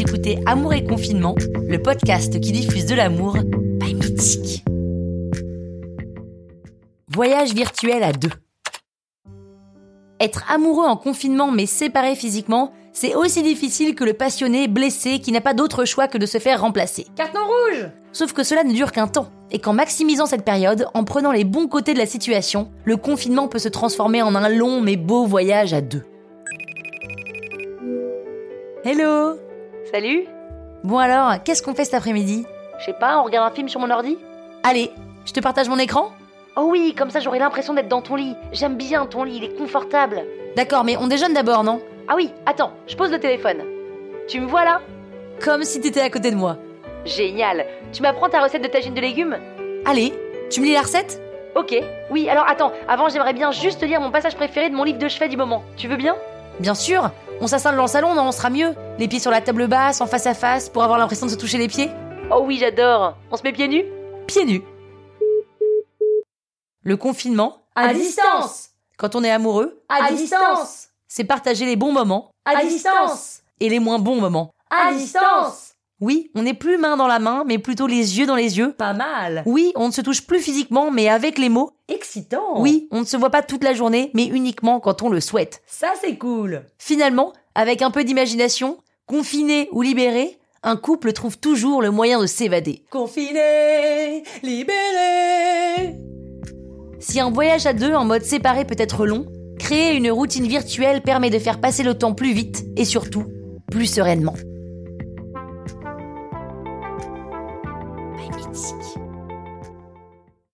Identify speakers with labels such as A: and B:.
A: écoutez Amour et Confinement, le podcast qui diffuse de l'amour by Mythique. Voyage virtuel à deux. Être amoureux en confinement mais séparé physiquement, c'est aussi difficile que le passionné blessé qui n'a pas d'autre choix que de se faire remplacer.
B: Carton rouge
A: Sauf que cela ne dure qu'un temps, et qu'en maximisant cette période, en prenant les bons côtés de la situation, le confinement peut se transformer en un long mais beau voyage à deux. Hello
B: Salut
A: Bon alors, qu'est-ce qu'on fait cet après-midi
B: Je sais pas, on regarde un film sur mon ordi
A: Allez, je te partage mon écran
B: Oh oui, comme ça j'aurai l'impression d'être dans ton lit. J'aime bien ton lit, il est confortable.
A: D'accord, mais on déjeune d'abord, non
B: Ah oui, attends, je pose le téléphone. Tu me vois là
A: Comme si t'étais à côté de moi.
B: Génial Tu m'apprends ta recette de tagine de légumes
A: Allez, tu me lis la recette
B: Ok. Oui, alors attends, avant j'aimerais bien juste lire mon passage préféré de mon livre de chevet du moment. Tu veux bien
A: Bien sûr On s'assale dans le salon, non, on sera mieux Les pieds sur la table basse, en face à face, pour avoir l'impression de se toucher les pieds
B: Oh oui, j'adore On se met pieds nus
A: Pieds nus Le confinement
C: À distance
A: Quand on est amoureux,
C: À distance
A: c'est partager les bons moments
C: À distance
A: et les moins bons moments.
C: À distance
A: Oui, on n'est plus main dans la main, mais plutôt les yeux dans les yeux.
C: Pas mal
A: Oui, on ne se touche plus physiquement, mais avec les mots.
C: Excitant
A: Oui, on ne se voit pas toute la journée, mais uniquement quand on le souhaite.
C: Ça c'est cool
A: Finalement, avec un peu d'imagination, confiné ou libéré, un couple trouve toujours le moyen de s'évader.
C: Confiné Libéré
A: Si un voyage à deux en mode séparé peut être long, créer une routine virtuelle permet de faire passer le temps plus vite et surtout plus sereinement.